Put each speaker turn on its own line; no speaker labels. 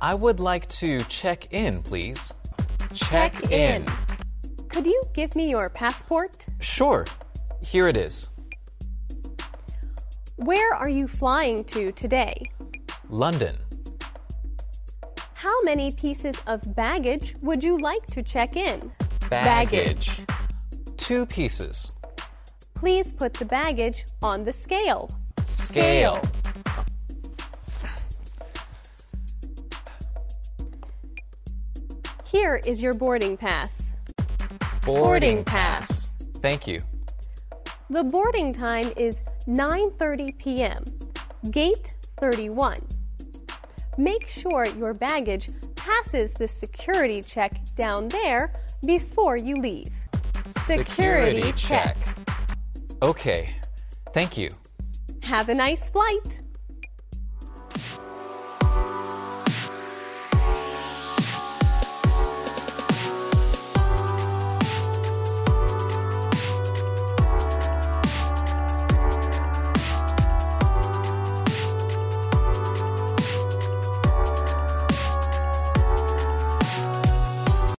I would like to check in, please.
Check in. Could you give me your passport?
Sure. Here it is.
Where are you flying to today?
London.
How many pieces of baggage would you like to check in?
Baggage. Two pieces.
Please put the baggage on the scale.
Scale.
Here is your boarding pass. pass.
Thank you.
The boarding time is 9:30 p.m. Gate 31. Make sure your baggage passes the security check down there before you leave.
Okay. Thank you.
Have a nice flight.